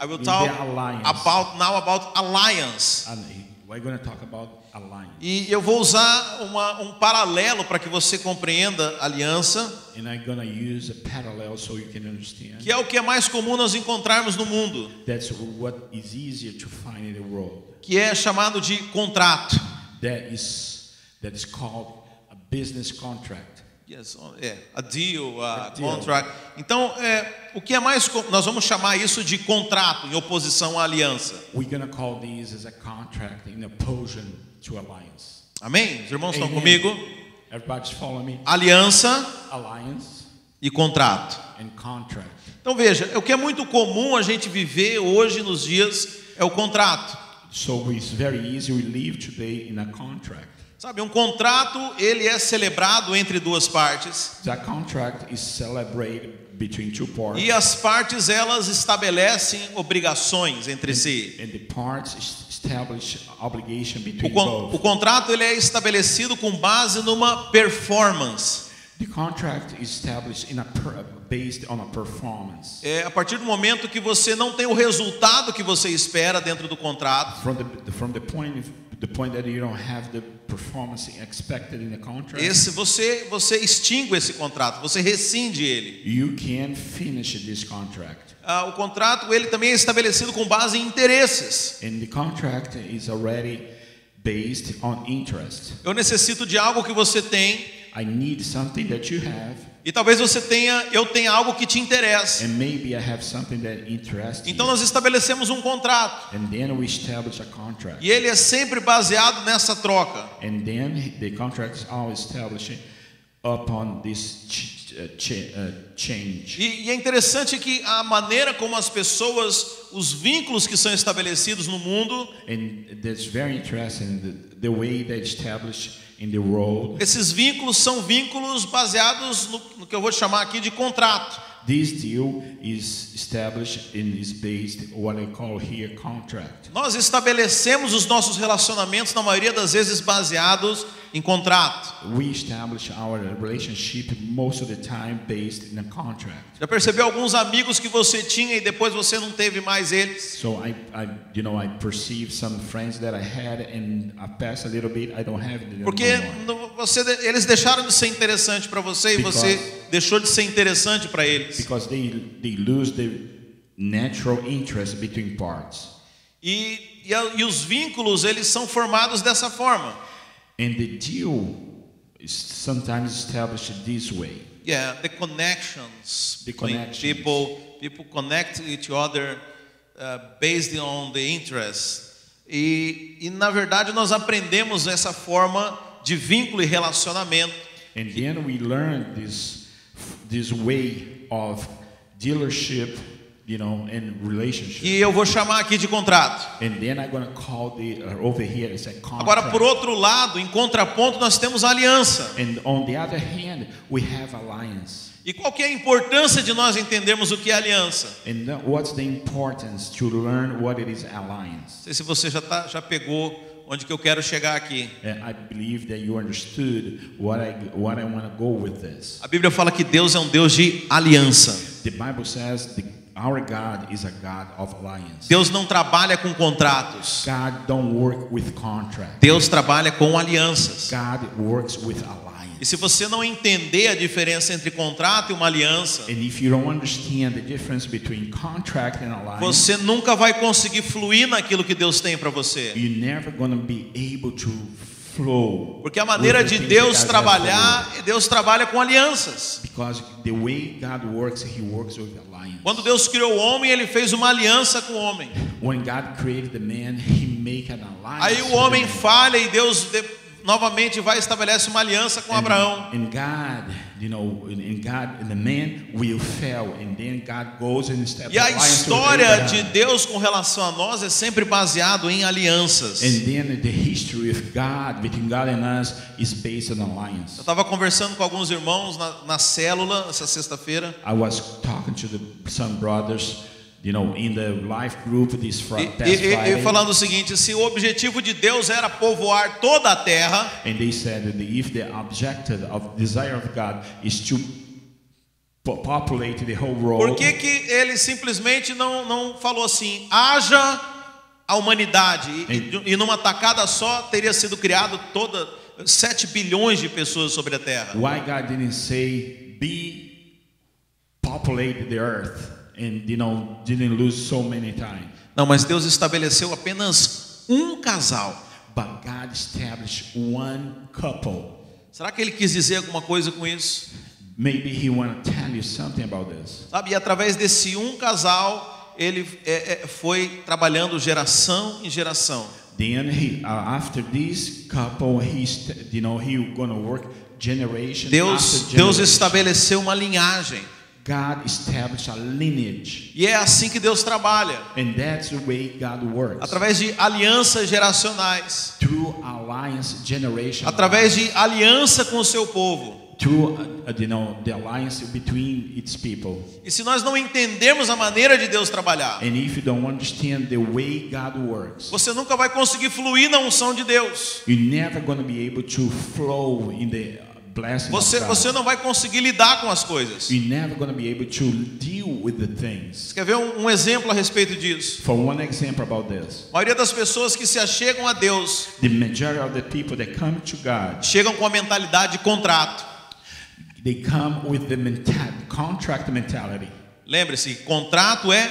I will in talk the alliance. about now about alliance. And he- we're going to talk about alliance. E eu vou usar uma- um paralelo para que você compreenda aliança, And I'm going to use a parallel so you can understand. que é o que é mais comum nós encontrarmos no mundo, That's what is easier to find in the world. que é chamado de contrato. That is that is called a business contract. Yes, é, a deal, a, A deal. contract. Então, é, o que é mais co- nós vamos chamar isso de contrato em oposição à aliança. We're going to call these as a contract in opposition to alliance. Amém? Os irmãos estão Amen. comigo? Everybody's following me. Aliança Alliance e contrato. and contract. Então veja, o que é muito comum a gente viver hoje nos dias é o contrato. So it's very easy. We live today in a contract. Sabe, um contrato, ele é celebrado entre duas partes That contract is celebrated between two parties. e as partes elas estabelecem obrigações entre si. And the parts es- establish obligation O, between con- o both. contrato ele é estabelecido com base numa performance. The contract is established in a per, based on a performance. É, a partir do momento que você não tem o resultado que você espera dentro do contrato, From the from the point of, the point that you don't have the performance expected in the contract, esse você você extingue esse contrato, você rescinde ele. you can finish this contract. Ah, o contrato ele também é estabelecido com base em interesses. And the contract is already based on interest. Eu necessito de algo que você tem I need something that you have, e talvez você tenha, eu tenha algo que te interessa. and maybe I have something that interests Então you. nós estabelecemos um contrato And then we establish a contract. e ele é sempre baseado nessa troca. And then the contracts are established upon this ch- uh, cha- uh, change. E, e é interessante que a maneira como as pessoas, os vínculos que são estabelecidos no mundo, And that's very interesting the, the way they establish in the world. esses vínculos são vínculos baseados no, no que eu vou chamar aqui de contrato. This deal is established and is based what I call here contract. Nós estabelecemos os nossos relacionamentos, na maioria das vezes, baseados em contrato. We establish our relationship most of the time based in a contract. Já percebeu alguns amigos que você tinha e depois você não teve mais eles? So I, I, you know, I perceive some friends that I had, and I pass a little bit. I don't have them Porque anymore. no- você, eles deixaram de ser interessante para você e você deixou de ser interessante para eles. because they they lose the natural interest between parts E, e, a- e os vínculos eles são formados dessa forma. and the deal is sometimes established this way Yeah, é, the connections. The between connections. People, people connect each other uh, based on the interest. E, e na verdade nós aprendemos essa forma de vínculo e relacionamento and then we learn this this way of dealership you know and relationship que eu vou chamar aqui de contrato. and then i'm going to call the uh, over here it's a Agora por contract outro lado, em contraponto, nós temos a aliança. and on the other hand we have alliance E qual que é a importância de nós entendermos o que é aliança? and th- what's the importance to learn what it is alliance Não sei se você já, tá, já pegou onde que eu quero chegar aqui. and i believe that you understood what i what i want to go with this A Bíblia fala que Deus é um Deus de aliança. The Bible says the, our God is a God of alliance. Deus não trabalha com contratos. God don't work with contract. Deus trabalha com alianças. God works with E alliance. se você não entender a diferença entre contrato e uma aliança, And if you don't understand the difference between contract and alliance, você nunca vai conseguir fluir naquilo que Deus tem para você. you're never gonna be able to flow. Porque a maneira with the de things Deus that God has for trabalhar, é Deus trabalha com alianças. you. Because the way God works, He works with alliance. Quando Deus criou o homem, ele fez uma aliança com o homem. When God created the man, He made an alliance. Aí o with homem the man. falha e Deus de- novamente vai e estabelece uma aliança com Abraão. And God, you know, and- and God, and the man will fail, and then God goes and establishes E a alliance with história Abraham. de Deus com relação a nós é sempre baseado em alianças. And then the history of God between God and us is based on Eu alliance. estava conversando com alguns irmãos na, na célula essa sexta-feira I was talking to the some brothers, you know, in the life group this e, Friday, e- e- e falando o seguinte: se o objetivo de Deus era povoar toda a terra, and they said that if the objective of desire of God is to po- populate the whole world. Por que, que ele simplesmente não, não falou assim, haja a humanidade? E, e- e numa tacada só teria sido criado toda 7 bilhões de pessoas sobre a terra. Why God didn't say be populate the earth and you know didn't lose so many time. Não, mas Deus estabeleceu apenas um casal. But God established one couple. Será que ele quis dizer alguma coisa com isso? Maybe he want to tell you something about this. Sabe, e através desse um casal, ele é, é, foi trabalhando geração em geração. Then he uh, after this couple he st- you know he gonna work generation Deus, after Deus generation. estabeleceu uma linhagem. God established a lineage E é assim que Deus trabalha, and that's the way God works. através de alianças geracionais, through alliance generation. através de aliança com o seu povo. through uh, uh, you know the alliance between its people. E se nós não entendermos a maneira de Deus trabalhar, And if you don't understand the way God works, você nunca vai conseguir fluir na unção de Deus. you're never going to be able to flow in the uh, blessing Você, of God. você não vai conseguir lidar com as coisas. You're never going to be able to deal with the things. Quer ver um, um exemplo a respeito disso? For one example about this, A maioria das pessoas que se achegam a Deus the majority of the people that come to God, chegam com a mentalidade de contrato. they come with the mental- contract mentality. Lembre-se, contrato é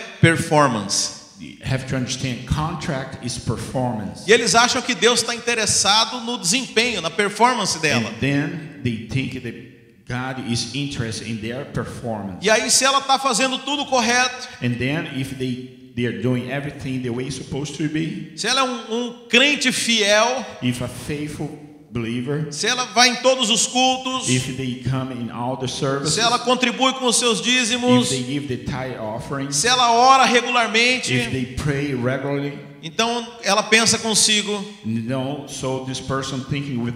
performance. You have to understand contract is performance. E eles acham que Deus está interessado no desempenho, na performance dela. And then they think that God is interested in their performance. E aí, se ela está fazendo tudo correto, And then if they they are doing everything the way it's supposed to be, se ela é um, um crente fiel, if a faithful believer, se ela vai em todos os cultos, if they come in all the services, se ela contribui com os seus dízimos, if they give the tithe offerings, se ela ora regularmente, if they pray regularly, então ela pensa consigo: no, so this person thinking with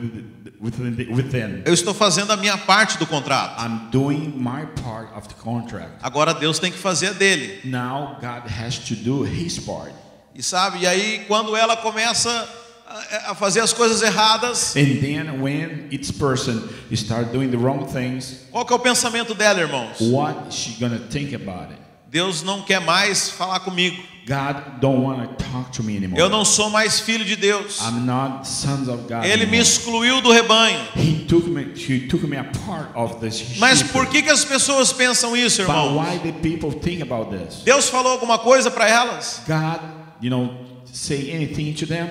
within the, within, eu estou fazendo a minha parte do contrato. I'm doing my part of the contract. Agora Deus tem que fazer a dele. Now God has to do His part. E sabe, e aí quando ela começa a- a fazer as coisas erradas, And then when each person start doing the wrong things, qual que é o pensamento dela, irmãos? what is she gonna think about it? Deus não quer mais falar comigo. God don't want to talk to me anymore. Eu não sou mais filho de Deus. I'm not sons of God. Ele me anymore. excluiu do rebanho. He took me. He took me a part of this. Mas sheep. por que, que as pessoas pensam isso, But irmão? why the people think about this? Deus falou alguma coisa para elas? God, you know, say anything to them,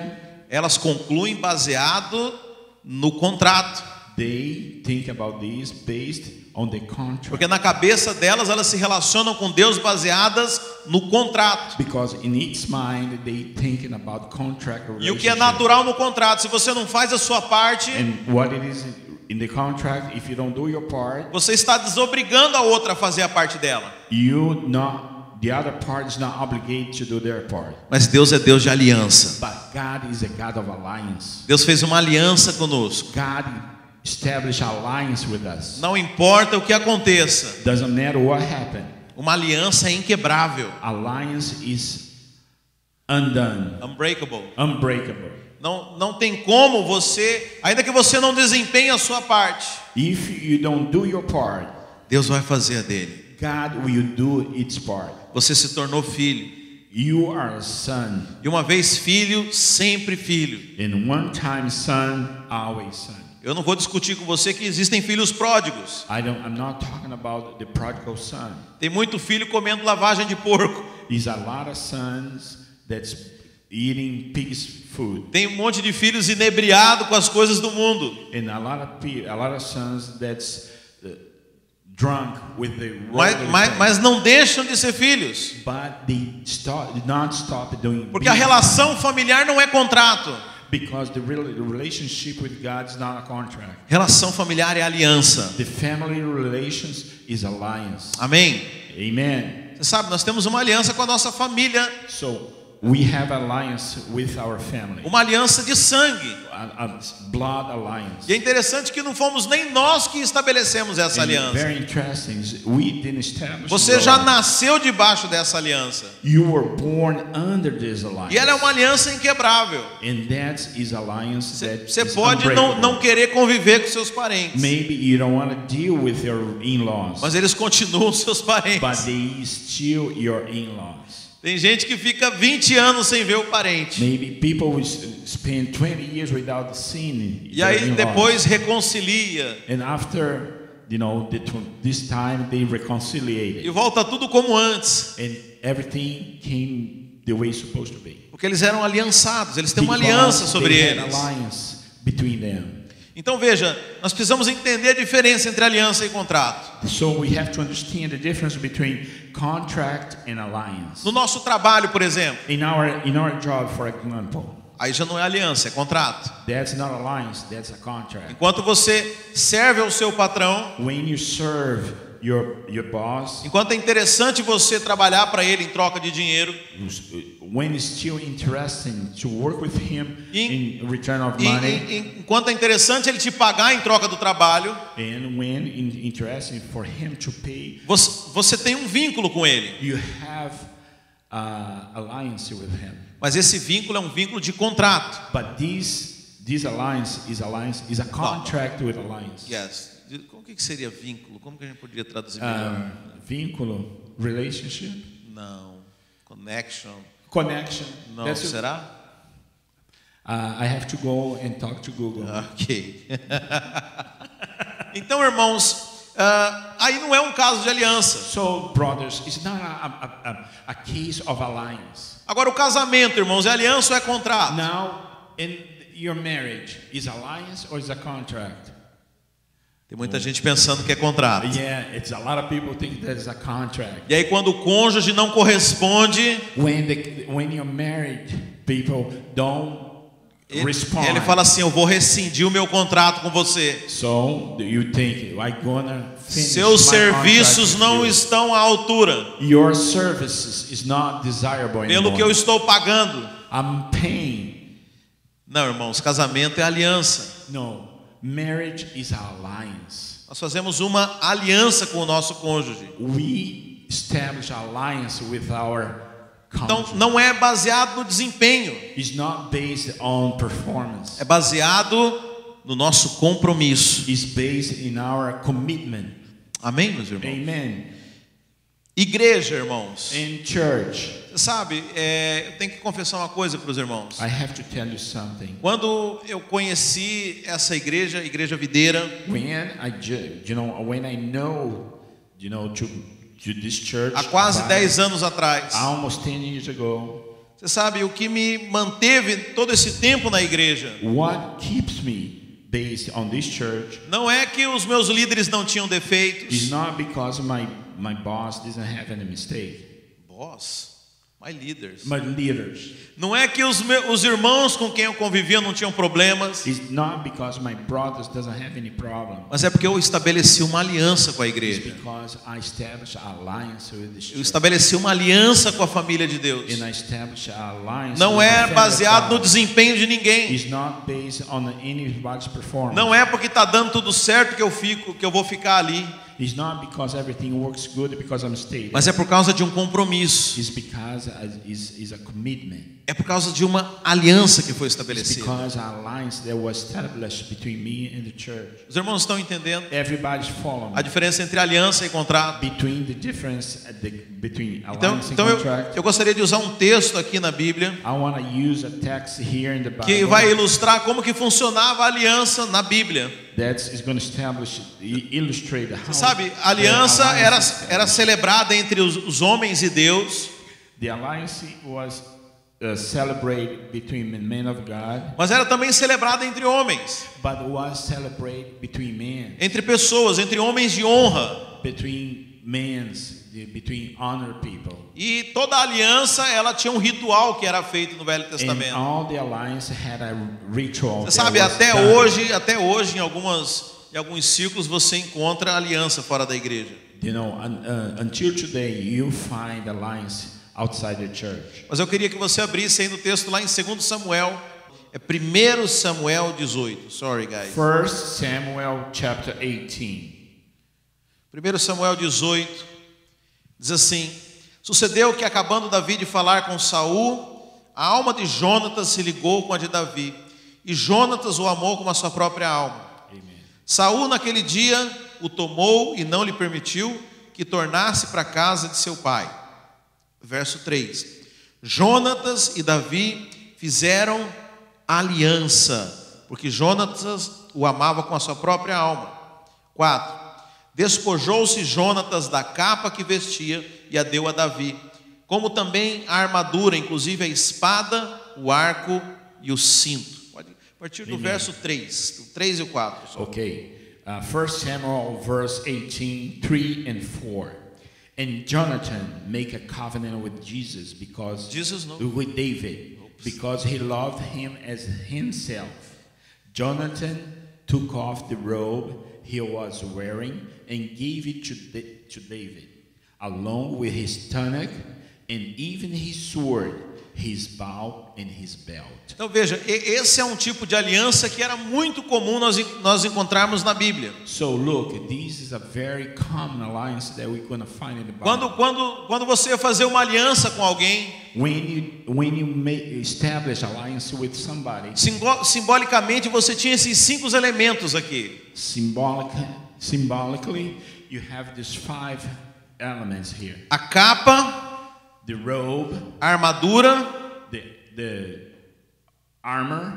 Elas concluem baseado no contrato, they think about this based on the contract. porque na cabeça delas elas se relacionam com Deus baseadas no contrato. Because in its mind they thinking about contract E o que é relationship. natural no contrato, se você não faz a sua parte, And what it is in the contract, if you don't do your part, Você está desobrigando a outra a fazer a parte dela. you not the other part is not obligated to do their part. Mas Deus é Deus de aliança. But God is a God of alliance. Deus fez uma aliança conosco. God established alliance with us. Não importa o que aconteça, Doesn't matter what happened. uma aliança é inquebrável, Alliance is undone, unbreakable. unbreakable. Não, não tem como você, ainda que você não desempenhe a sua parte, If you don't do your part, Deus vai fazer a dele. God will do its part. Você se tornou filho. You are a son, E uma vez filho, sempre filho. and one time son, always son. Eu não vou discutir com você que existem filhos pródigos. I don't. I'm not talking about the prodigal son. Tem muito filho comendo lavagem de porco. Is a lot of sons that's eating pig's food, Tem um monte de filhos inebriado com as coisas do mundo. and a lot of pe- a lot of sons that's uh, drunk with the Mas, worldly mas, things. mas não deixam de ser filhos. But they start, did not stop doing Porque a business relação familiar não é contrato. because the, real, the relationship with God is not a contract. Relação familiar é aliança. The family relations is alliance. Amém? Amen. Você sabe, nós temos uma aliança com a nossa família. So we have alliance with our family, uma aliança de sangue. a, a blood alliance. E é interessante que não fomos nem nós que estabelecemos essa And aliança. very interesting. is We didn't establish. Você the já alliance. nasceu debaixo dessa aliança. You were born under this alliance. E ela é uma aliança inquebrável. And that is alliance that Você is pode não, não unbreakable. querer conviver com seus parentes, Maybe you don't want to deal with your in-laws, mas eles continuam seus but parentes. they still your in-laws. Tem gente que fica 20 anos sem ver o parente. Maybe people will s- spend 20 years without seeing E their aí in-laws. depois reconcilia. and after you know the tw- this time they E reconciliated, volta tudo como antes. and everything came the way it's supposed to be. Porque eles eram aliançados, eles têm uma Because aliança sobre they had eles. alliance between them. Então veja, nós precisamos entender a diferença entre aliança e contrato. So we have to understand the difference between contract and alliance. No nosso trabalho, por exemplo, In our in our job, for example, aí já não é aliança, é contrato. that's not alliance, that's a contract. Enquanto você serve ao seu patrão, When you serve your your boss, enquanto é interessante você trabalhar para ele em troca de dinheiro, when it's still interesting to work with him E- in return of e, money, e- e- enquanto é interessante ele te pagar em troca do trabalho, and when in, interesting for him to pay, você, você tem um vínculo com ele. you have uh, alliance with him. Mas esse vínculo é um vínculo de contrato. But this this alliance is alliance is a contract with alliance. Yes. Como que que seria vínculo? Como que a gente poderia traduzir melhor? Um, vínculo, relationship, Não. Connection. connection. Não, That's- será? Uh, I have to go and talk to Google. Ok. então, irmãos, ah, aí não é um caso de aliança. So, brothers, it's not a, a, a, a case of alliance. Agora, o casamento, irmãos, é aliança ou é contrato? Now, in your marriage, is alliance or is a contract? Tem muita gente pensando que é contrato. Yeah, it's a lot of people think that is a contract. E aí, quando o cônjuge não corresponde, When the when you're married, people don't ele, respond. ele fala assim: Eu vou rescindir o meu contrato com você. so you think I gonna finish Seus my contract serviços with não you. estão à altura Your services is not desirable É pelo que eu anymore. estou pagando. I'm paying. Não, irmãos, casamento é aliança. No, marriage is alliance. Nós fazemos uma aliança com o nosso cônjuge. we establish alliance with our Então, country. não é baseado no desempenho. It's not based on performance. é baseado no nosso compromisso. It's based in our commitment. Amém, meus irmãos? Amen. Igreja, irmãos. In church, Você sabe, é, eu tenho que confessar uma coisa para os irmãos. I have to tell you something. Quando eu conheci essa igreja, Igreja Videira, When I, ju- you know, when I know, you know, to, to this church, há quase about 10 anos atrás, almost 10 years ago, você sabe, o que me manteve todo esse tempo na igreja what keeps me based on this church não é que os meus líderes não tinham is defeitos. not because my, my boss doesn't have any mistake. Boss, my leaders. My leaders. Não é que os, meus, os irmãos com quem eu convivia não tinham problemas, It's not because my brothers doesn't have any problem. mas é porque eu estabeleci uma aliança com a It's igreja. because I established alliance with the Eu church. estabeleci uma aliança com a família de Deus. And I established alliance. Não with é the baseado no family of God. desempenho de ninguém. It's not based on anybody's performance. Não é porque está dando tudo certo que eu fico, que eu vou ficar ali. It's not because everything works good because I'm stable. Mas é por causa de um compromisso. It's because I- it's, it's a commitment. É por causa de uma aliança que foi It's estabelecida. because an alliance that was established between me and the church. Os irmãos estão entendendo Everybody's following a diferença entre aliança e contrato? between the difference at the, between Então, alliance então and eu, contract. eu gostaria de usar um texto aqui na Bíblia I want to use a text here in the Bible. que vai ilustrar como que funcionava a aliança na Bíblia. That is going to establish, i- illustrate how. Você sabe, the a aliança era, alliance is era established. celebrada entre os, os homens e Deus, The alliance was uh, celebrated between the men of God, mas era também celebrada entre homens. but was celebrated between men, entre pessoas, entre homens de honra. between men's, the- between honor people. E toda aliança ela tinha um ritual que era feito no Velho And Testamento. all the alliance had a ritual. Você that sabe, was até done. hoje, até hoje em algumas em alguns círculos você encontra aliança fora da igreja. You know, un, uh, until today, you find alliance outside the church. Mas eu queria que você abrisse aí no texto lá em 2 Samuel, é 1 Samuel 18. Sorry, guys. 1 Samuel chapter 18. 1 Samuel 18 diz assim: Sucedeu que, acabando Davi de falar com Saul, a alma de Jonatas se ligou com a de Davi, e Jonatas o amou como a sua própria alma. Amen. Saul naquele dia o tomou e não lhe permitiu que tornasse para a casa de seu pai. Verso 3. Jonatas e Davi fizeram aliança, porque Jonatas o amava com a sua própria alma. 4. Despojou-se Jonatas da capa que vestia e a deu a Davi, como também a armadura, inclusive a espada, o arco e o cinto. Pode- A partir do verso 3, do 3 e o 4. só. Okay. Uh, 1 Samuel verse 18, 3 and 4. And Jonathan make a covenant with Jesus because Jesus, no? with David because he loved him as himself. Jonathan took off the robe he was wearing and gave it to, Da- to David, along with his tunic and even his sword, his bow, and his belt. Então veja, e- esse é um tipo de aliança que era muito comum nós, en- nós encontrarmos na Bíblia. So look, this is a very common alliance that we're gonna find in the Bible. Quando, quando, quando você ia fazer uma aliança com alguém, When you when you make establish alliance with somebody, simbo- simbolicamente você tinha esses cinco elementos aqui. symbolic, symbolically, you have these five elements here: A capa, the robe, a armadura, the the armor,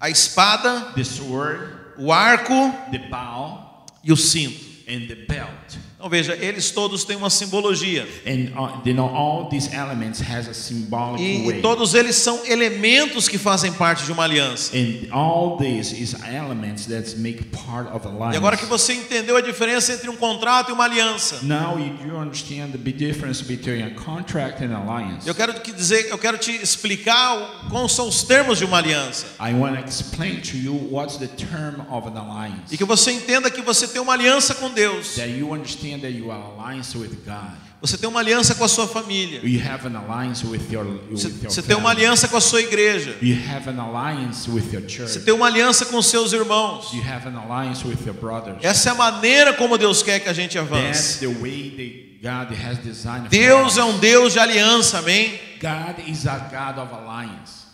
a espada, the sword, o arco the bow, e o cinto. and the belt. Então veja, eles todos têm uma simbologia. And uh, you know all these elements has a symbolic E, way. e todos eles são elementos que fazem parte de uma aliança. and all this is elements that make part of alliance. E agora que você entendeu a diferença entre um contrato e uma aliança, Now you do understand the big difference between a contract and alliance. Eu quero te dizer, eu quero te explicar o- quais são os termos de uma aliança. I want to explain to you what's the term of an alliance. E que você entenda que você tem uma aliança com Deus. That you understand that you are alliance with God. Você tem uma aliança com a sua família. You have an alliance with your, with Você, your você tem uma family. aliança com a sua igreja. You have an alliance with your church. Você tem um uma aliança com os seus irmãos. You have an alliance with your brothers. Essa é a maneira como Deus quer que a gente That's avance. the way that God has designed. for Deus us. é um Deus de aliança, amém? God is a God of alliance.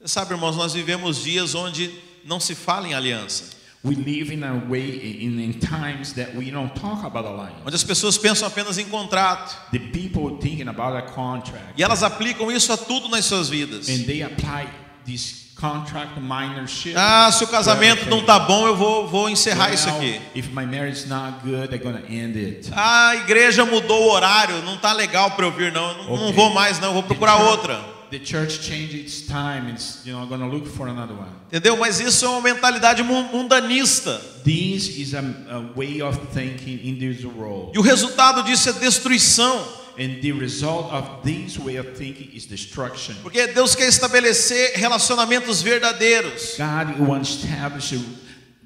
Você sabe, irmãos, nós vivemos dias onde não se fala em aliança. We live in a way in, in times that we don't talk about alliance. Onde as pessoas pensam apenas em contrato. The people thinking about a contract E elas aplicam isso a tudo nas suas vidas. and they apply this contract minorship. Ah, se o casamento não tá bom, eu vou, vou encerrar isso aqui. Well, If my marriage is not good, I'm gonna end it. Ah, a igreja mudou o horário, não tá legal para eu vir não. Eu não, não Ok. vou mais não, eu Ah, vou procurar The church- outra. The church changed its time. It's you know I'm gonna look for another one. Entendeu? Mas isso é uma mentalidade mu- mundanista. This is a, a way of thinking in this world, E o resultado disso é destruição, and the result of this way of thinking is destruction. porque Deus quer estabelecer relacionamentos verdadeiros. God wants to establish a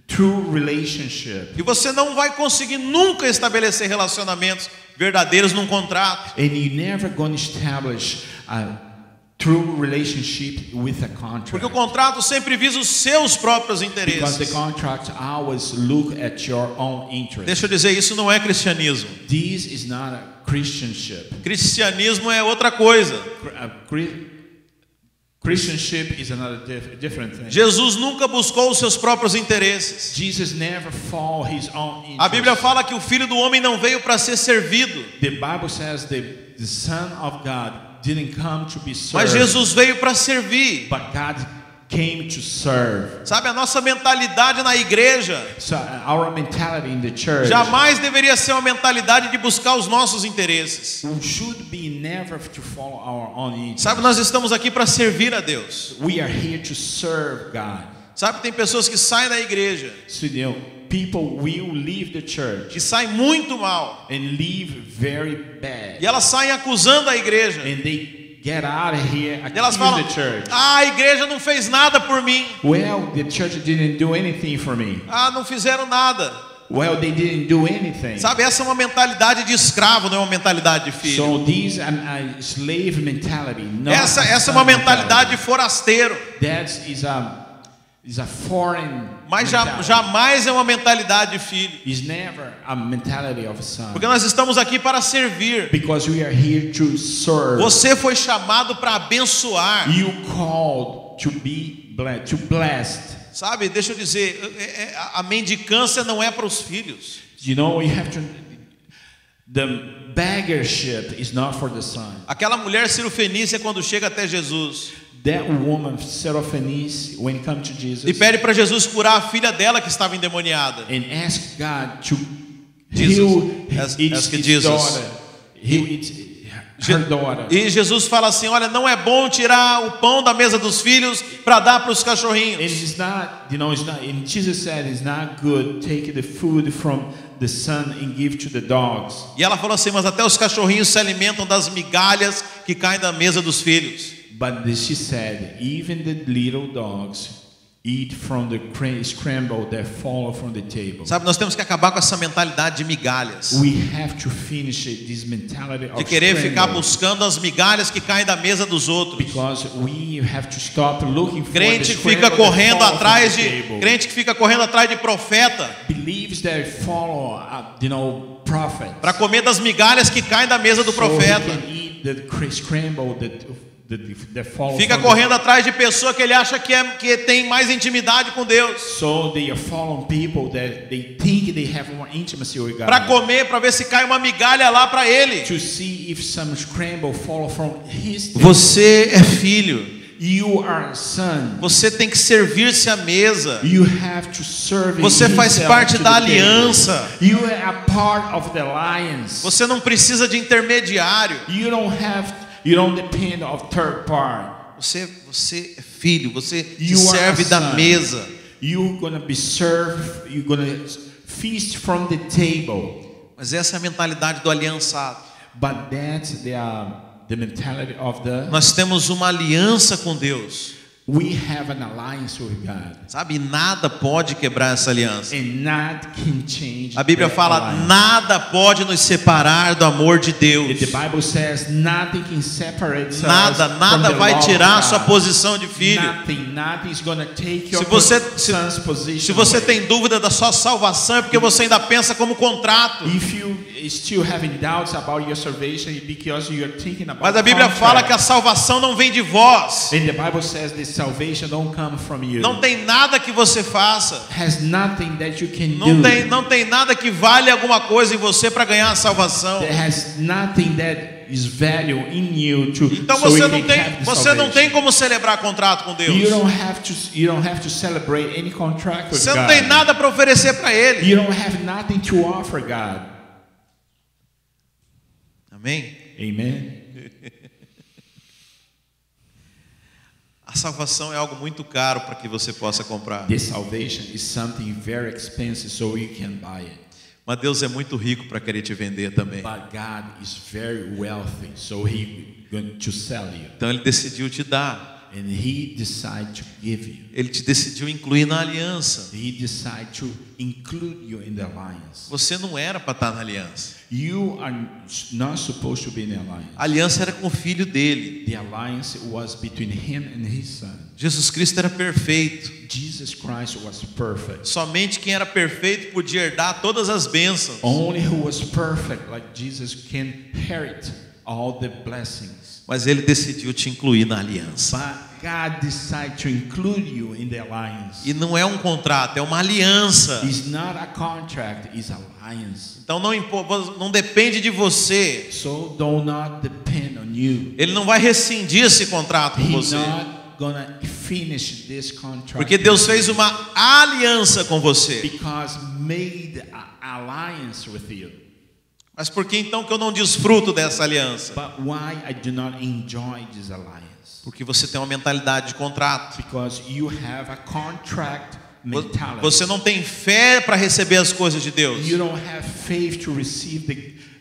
true relationship, E você não vai conseguir nunca estabelecer relacionamentos verdadeiros num contrato. and you're never gonna establish a true relationship with a Porque o contract. contrato sempre visa os seus próprios Because the interesses. contract always look at your own interest. Deixa eu dizer, isso não é cristianismo. This is not a Christianship. Cristianismo é outra coisa. Cr- A Chri- Christianship is another diff- different thing. Jesus nunca buscou os seus próprios interesses. Jesus never follow his own interest. A Bíblia fala que o filho do homem não veio para ser servido, the Bible says the, the Son of God didn't come to be served, mas Jesus veio para servir. but God came to serve. Sabe, a nossa mentalidade na igreja So uh, our mentality in the church jamais deveria ser uma mentalidade de buscar os nossos interesses. should be never to follow our own interest. Sabe, nós estamos aqui para servir a Deus. We are here to serve God. Sabe, tem pessoas que saem da igreja, So you know, people will leave the church que saem muito mal, and leave very bad. e elas saem acusando a igreja. E and they get out of here accuse elas falam: the church. Ah, a igreja não fez nada por mim. Well, the church didn't do anything for me. Ah, não fizeram nada. Well, they didn't do anything. Sabe, essa é uma mentalidade de escravo, não é uma mentalidade de filho. So these are a slave mentality. Not Essa, a essa é son uma mentalidade mentality. de forasteiro, That is a is a foreign. mas já, mentality. jamais é uma mentalidade de filho. is never a mentality of a son. Porque nós estamos aqui para servir. Because we are here to serve. Você foi chamado para abençoar. You called to be blessed, to blessed. Sabe, deixa eu dizer, é- é- a mendicância não é para os filhos. You know, you have to. The beggarship is not for the son. Aquela mulher cirofenícia quando chega até Jesus That woman, Syrophoenice, when it comes to Jesus, e pede para Jesus curar a filha dela que estava endemoniada. and ask God to Jesus. heal Ask- each ask his Jesus. daughter, heal each, her daughter. E Jesus fala assim: Olha, não é bom tirar o pão da mesa dos filhos para dar para os And cachorrinhos. it's not, you know, it's not. And Jesus said, "It's not good. Take the food from the son and give to the dogs." E ela falou assim: Mas até os cachorrinhos se alimentam das migalhas que caem da mesa dos filhos. But the- she said, "Even the little dogs eat from the cra- scramble that fall from the table." Sabe, nós temos que acabar com essa mentalidade de migalhas, We have to finish it, this mentality of de querer ficar scramble, buscando as migalhas que caem da mesa dos outros. because we have to stop looking for Crente the que fica scramble that correndo fall from atrás the de table. crente que fica correndo atrás de profeta believes that follow, uh, you know, prophets. para comer das migalhas que caem da mesa do So he profeta. can eat the cr- scramble that- that- that fall Fica from the- correndo atrás de pessoa que ele acha que é que tem mais intimidade com Deus. So they are fallen people that they think they have more intimacy with God. Para comer, para ver se cai uma migalha lá para ele. to see if some scramble fall from his table. Você é filho. You are a son. Você tem que servir-se à mesa. You have to serve Você faz himself parte to the da table. aliança. You are a part of the alliance. Você não precisa de intermediário. You don't have you don't depend on third part. Você você é filho, você se You are serve a da son. mesa. You're gonna be served, you're gonna feast from the table. Mas essa é a mentalidade do aliançado. But that's the um, the mentality of the Nós temos uma aliança com Deus, we have an alliance with God. sabe? E Nada pode quebrar essa aliança. And not can change. A Bíblia that fala: alliance. nada pode nos separar do amor de Deus. The Bible says nothing can separate us Nada, from nada the vai love of tirar a God. sua posição de filho. Nothing, nothing is gonna take your Se você- se- son's position. Se você away. tem dúvida da sua salvação, é porque você ainda pensa como contrato. If you still having doubts about your salvation because you are thinking about Mas a Bíblia fala que a contract. salvação não vem de vós. And the Bible says the salvation don't come from you. Não tem nada que você faça. has nothing that you can Não do. tem, não tem nada que vale alguma coisa em você para ganhar a salvação. There has nothing that is value in you to Então so você you não can tem, have the você não tem salvation. como celebrar contrato com You Deus. don't have to you don't have to celebrate any contract with Você não God. tem nada para oferecer para Ele. You don't have nothing to offer God. Amém? Amen. A salvação é algo muito caro para que você possa comprar. This salvation is something very expensive, so you can buy it. Mas Deus é muito rico para querer te vender também. But God is very wealthy, so He going to sell you, Então Ele decidiu te dar. and He decide to give you. Ele te decidiu incluir na aliança. He decide to include you in the alliance. Você não era para estar na aliança. You are not supposed to be in the alliance. A aliança era com o filho dele. The alliance was between Him and His Son. Jesus Cristo era perfeito. Jesus Christ was perfect. Somente quem era perfeito podia herdar todas as bênçãos. Only who was perfect, like Jesus, can inherit all the blessings. Mas ele decidiu te incluir na aliança. But God decided to include you in the alliance. E não é um contrato, é uma aliança. It's not a contract, it's alliance. Então não, impo- não depende de você. So do not depend on you. Ele não vai rescindir esse contrato com He's você. not gonna finish this contract. Porque Deus fez uma aliança com você. because made an alliance with you. Mas por que então que eu não desfruto dessa aliança? But why I do not enjoy this alliance? Porque você tem uma mentalidade de contrato. Because you have a contract Vo- mentality. Você não tem fé para receber as coisas de Deus. you don't have faith to receive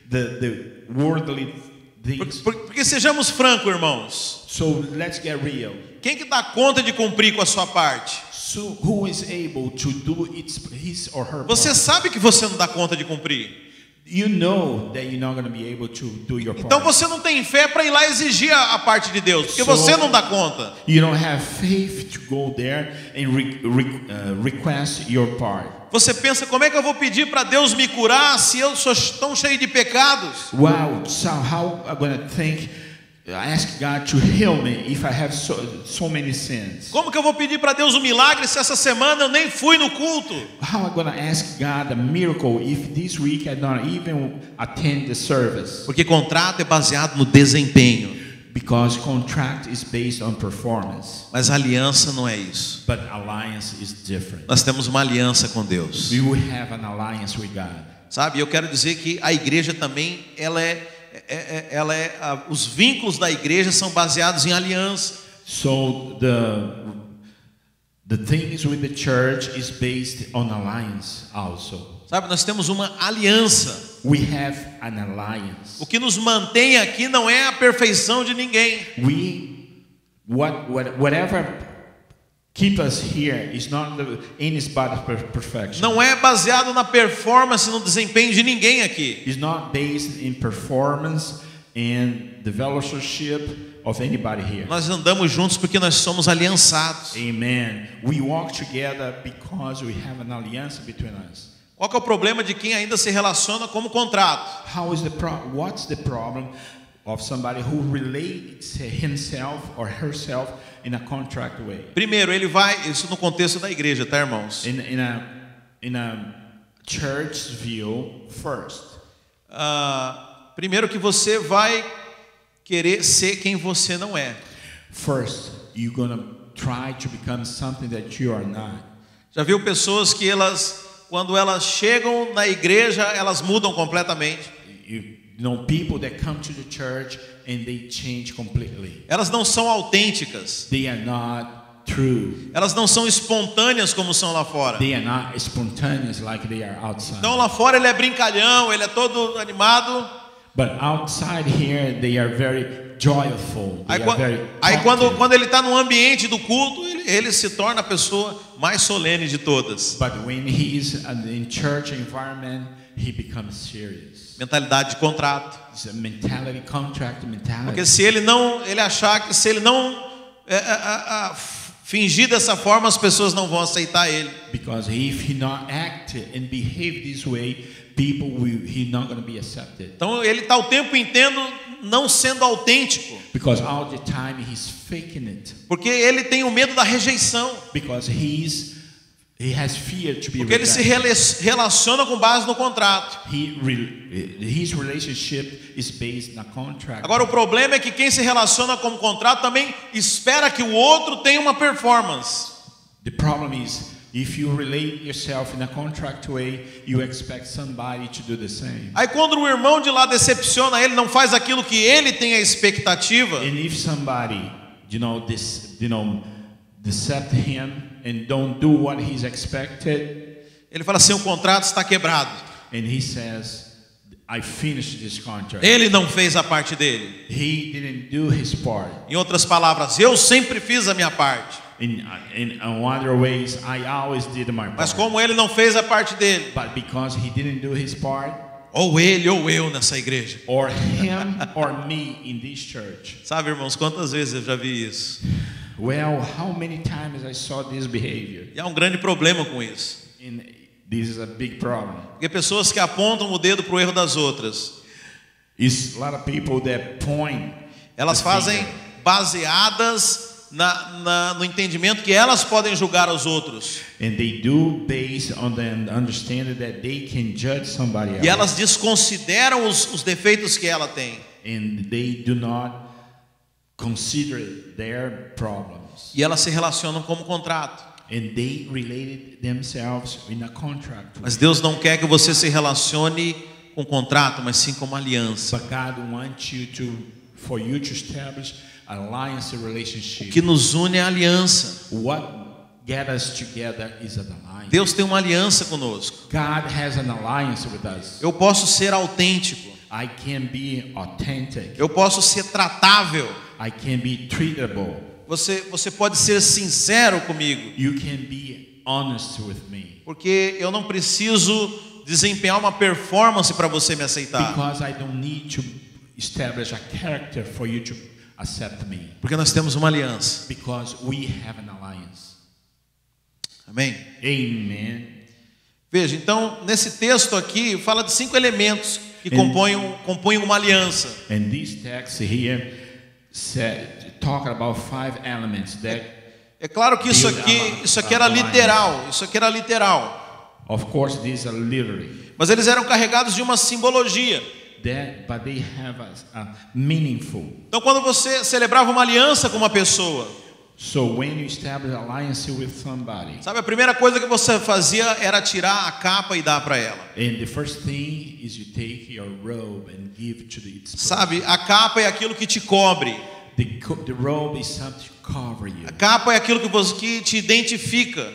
the the, the worldly Porque, things. porque- porque sejamos francos, irmãos. So let's get real. Quem que dá conta de cumprir com a sua parte? So who is able to do its, his or her Você part? sabe que você não dá conta de cumprir. You know that you're not going to be able to do your part. Então você não tem fé para ir lá exigir a, a parte de Deus, porque Sou- você não dá conta. You don't have faith to go there and re, re, uh, request your part. Você pensa, como é que eu vou pedir para Deus me curar se eu sou tão cheio de pecados? Wow, so how I'm going to think, uh, ask God to heal me if I have so, so many sins. Como que eu vou pedir para Deus um milagre se essa semana eu nem fui no culto? How I'm going to ask God a miracle if this week I don't even attend the service? Porque contrato é baseado no desempenho, Because contract is based on performance, mas aliança não é isso. but alliance is different. Nós temos uma aliança com Deus. We will have an alliance with God. Sabe, eu quero dizer que a igreja também, ela é, é- é- ela é a- os vínculos da igreja são baseados em aliança. So the the things with the church is based on alliance also. Sabe, nós temos uma aliança. We have an alliance. O que nos mantém aqui não é a perfeição de ninguém. We what, what whatever keep us here is not the, any spot of per- perfection. Não é baseado na performance, no desempenho de ninguém aqui. It's not based in performance and the fellowship of anybody here. Nós andamos juntos porque nós somos aliançados. Amen. We walk together because we have an alliance between us. Qual que é o problema de quem ainda se relaciona como contrato? How is the pro- what's the problem of somebody who relates himself or herself in a contract way? Primeiro, ele vai, isso no contexto da igreja, tá, irmãos? In, in a in a church view first. Ah, primeiro que você vai querer ser quem você não é. First, you're gonna try to become something that you are not. Já viu pessoas que elas, quando elas chegam na igreja, elas mudam completamente. You know people that come to the church and they change completely. Elas não são autênticas. They are not true. Elas não são espontâneas como são lá fora. They are not spontaneous like they are outside. Então lá fora ele é brincalhão, ele é todo animado. But outside here, they are very joyful. They Aí, are quan- very aí quando, talkative. quando ele está no ambiente do culto, ele, ele se torna a pessoa mais solene de todas. But when he is in in church environment, he becomes serious. Mentalidade de contrato. It's a mentality, contract mentality. Porque se ele não, ele achar que se ele não é, é, é, é, f- fingir dessa forma, as pessoas não vão aceitar ele. Because if he not act and behave this way, people will he not going to be accepted. Então ele está o tempo inteiro não sendo autêntico, Because all the time he's faking it. porque ele tem o medo da rejeição, Because he's he has fear to be porque ele se rejected. rele- relaciona com base no contrato. He re- his relationship is based on a contract. Agora o problema é que quem se relaciona com contrato também espera que o outro tenha uma performance. The problem is if you relate yourself in a contract way, you expect somebody to do the same. Aí quando o irmão de lá decepciona ele, não faz aquilo que ele tem a expectativa, And if somebody, you know, this, you know, decept him and don't do what he's expected, ele fala assim: o contrato está quebrado. and he says, "I finished this contract." Ele não fez a parte dele. He didn't do his part. Em outras palavras, eu sempre fiz a minha parte, In in, in other ways, I always did my mas part. como ele não fez a parte dele, But because he didn't do his part, ou ele ou eu nessa igreja. or him or me in this church. Sabe, irmãos, quantas vezes eu já vi isso? Well, how many times I saw this behavior? E há um grande problema com isso. And this is a big problem. Porque pessoas que apontam o dedo para o erro das outras, It's a lot of people that point. elas the fazem finger. baseadas na- na- no entendimento que elas podem julgar os outros. And they do based on the understanding that they can judge somebody else. E elas desconsideram os, os defeitos que ela tem. And they do not consider their problems. E elas se relacionam como contrato. And they related themselves in a contract. Mas Deus não quer que você se relacione com contrato, mas sim como aliança. But God wants you to, for you to establish alliance O relationship. que nos une é a aliança. What get us together is an alliance. Deus tem uma aliança conosco. God has an alliance with us. Eu posso ser autêntico. I can be authentic. Eu posso ser tratável. I can be treatable. Você, você pode ser sincero comigo, You can be honest with me porque eu não preciso desempenhar uma performance para você me aceitar. because I don't need to establish a character for you to accept me Porque nós temos uma aliança. because we have an alliance. Amém? Amen. Veja, então, nesse texto aqui, fala de cinco elementos que compõem, um- compõem uma aliança. And this text here said, talk about five elements that, É claro que isso aqui, isso aqui era literal, isso aqui era literal. of course, these are literary. Mas eles eram carregados de uma simbologia. That, but they have a, a meaningful. Então, quando você celebrava uma aliança com uma pessoa, So when you establish alliance with somebody, sabe, a primeira coisa que você fazia era tirar a capa e dar para ela. and the first thing is you take your robe and give to the its Sabe, a capa é aquilo que te cobre, The, co- the robe is something to cover you. a capa é aquilo que, você, que te identifica.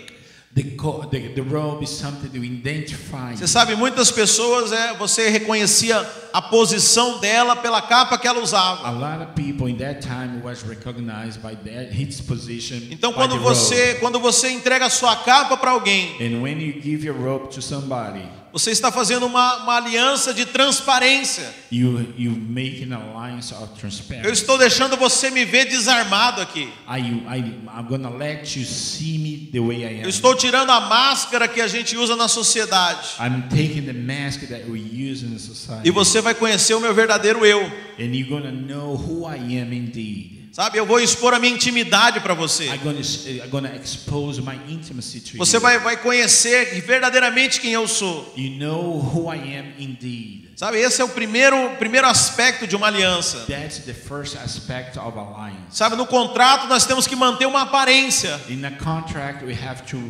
The, co- the, the robe is something to identify you. Você sabe, muitas pessoas, é, você reconhecia a posição dela pela capa que ela usava. A lot of people in that time was recognized by that its position. Então, by quando the robe. você, quando você entrega a sua capa para alguém, and when you give your robe to somebody, você está fazendo uma, uma aliança de transparência. you you make an alliance of transparency. Eu estou deixando você me ver desarmado aqui. I, I, I'm gonna let you see me the way I am. Eu estou tirando a máscara que a gente usa na sociedade. I'm taking the mask that we use in society, E você vai conhecer o meu verdadeiro eu. and you're gonna know who I am indeed. Sabe, eu vou expor a minha intimidade para I'm você. gonna, uh, I'm gonna expose my intimacy to Você you. vai, vai conhecer verdadeiramente quem eu sou. You know who I am indeed. Sabe, esse é o primeiro, primeiro aspecto de uma aliança. That's the first aspect of alliance. Sabe, no contrato nós temos que manter uma aparência. In a contract, we have to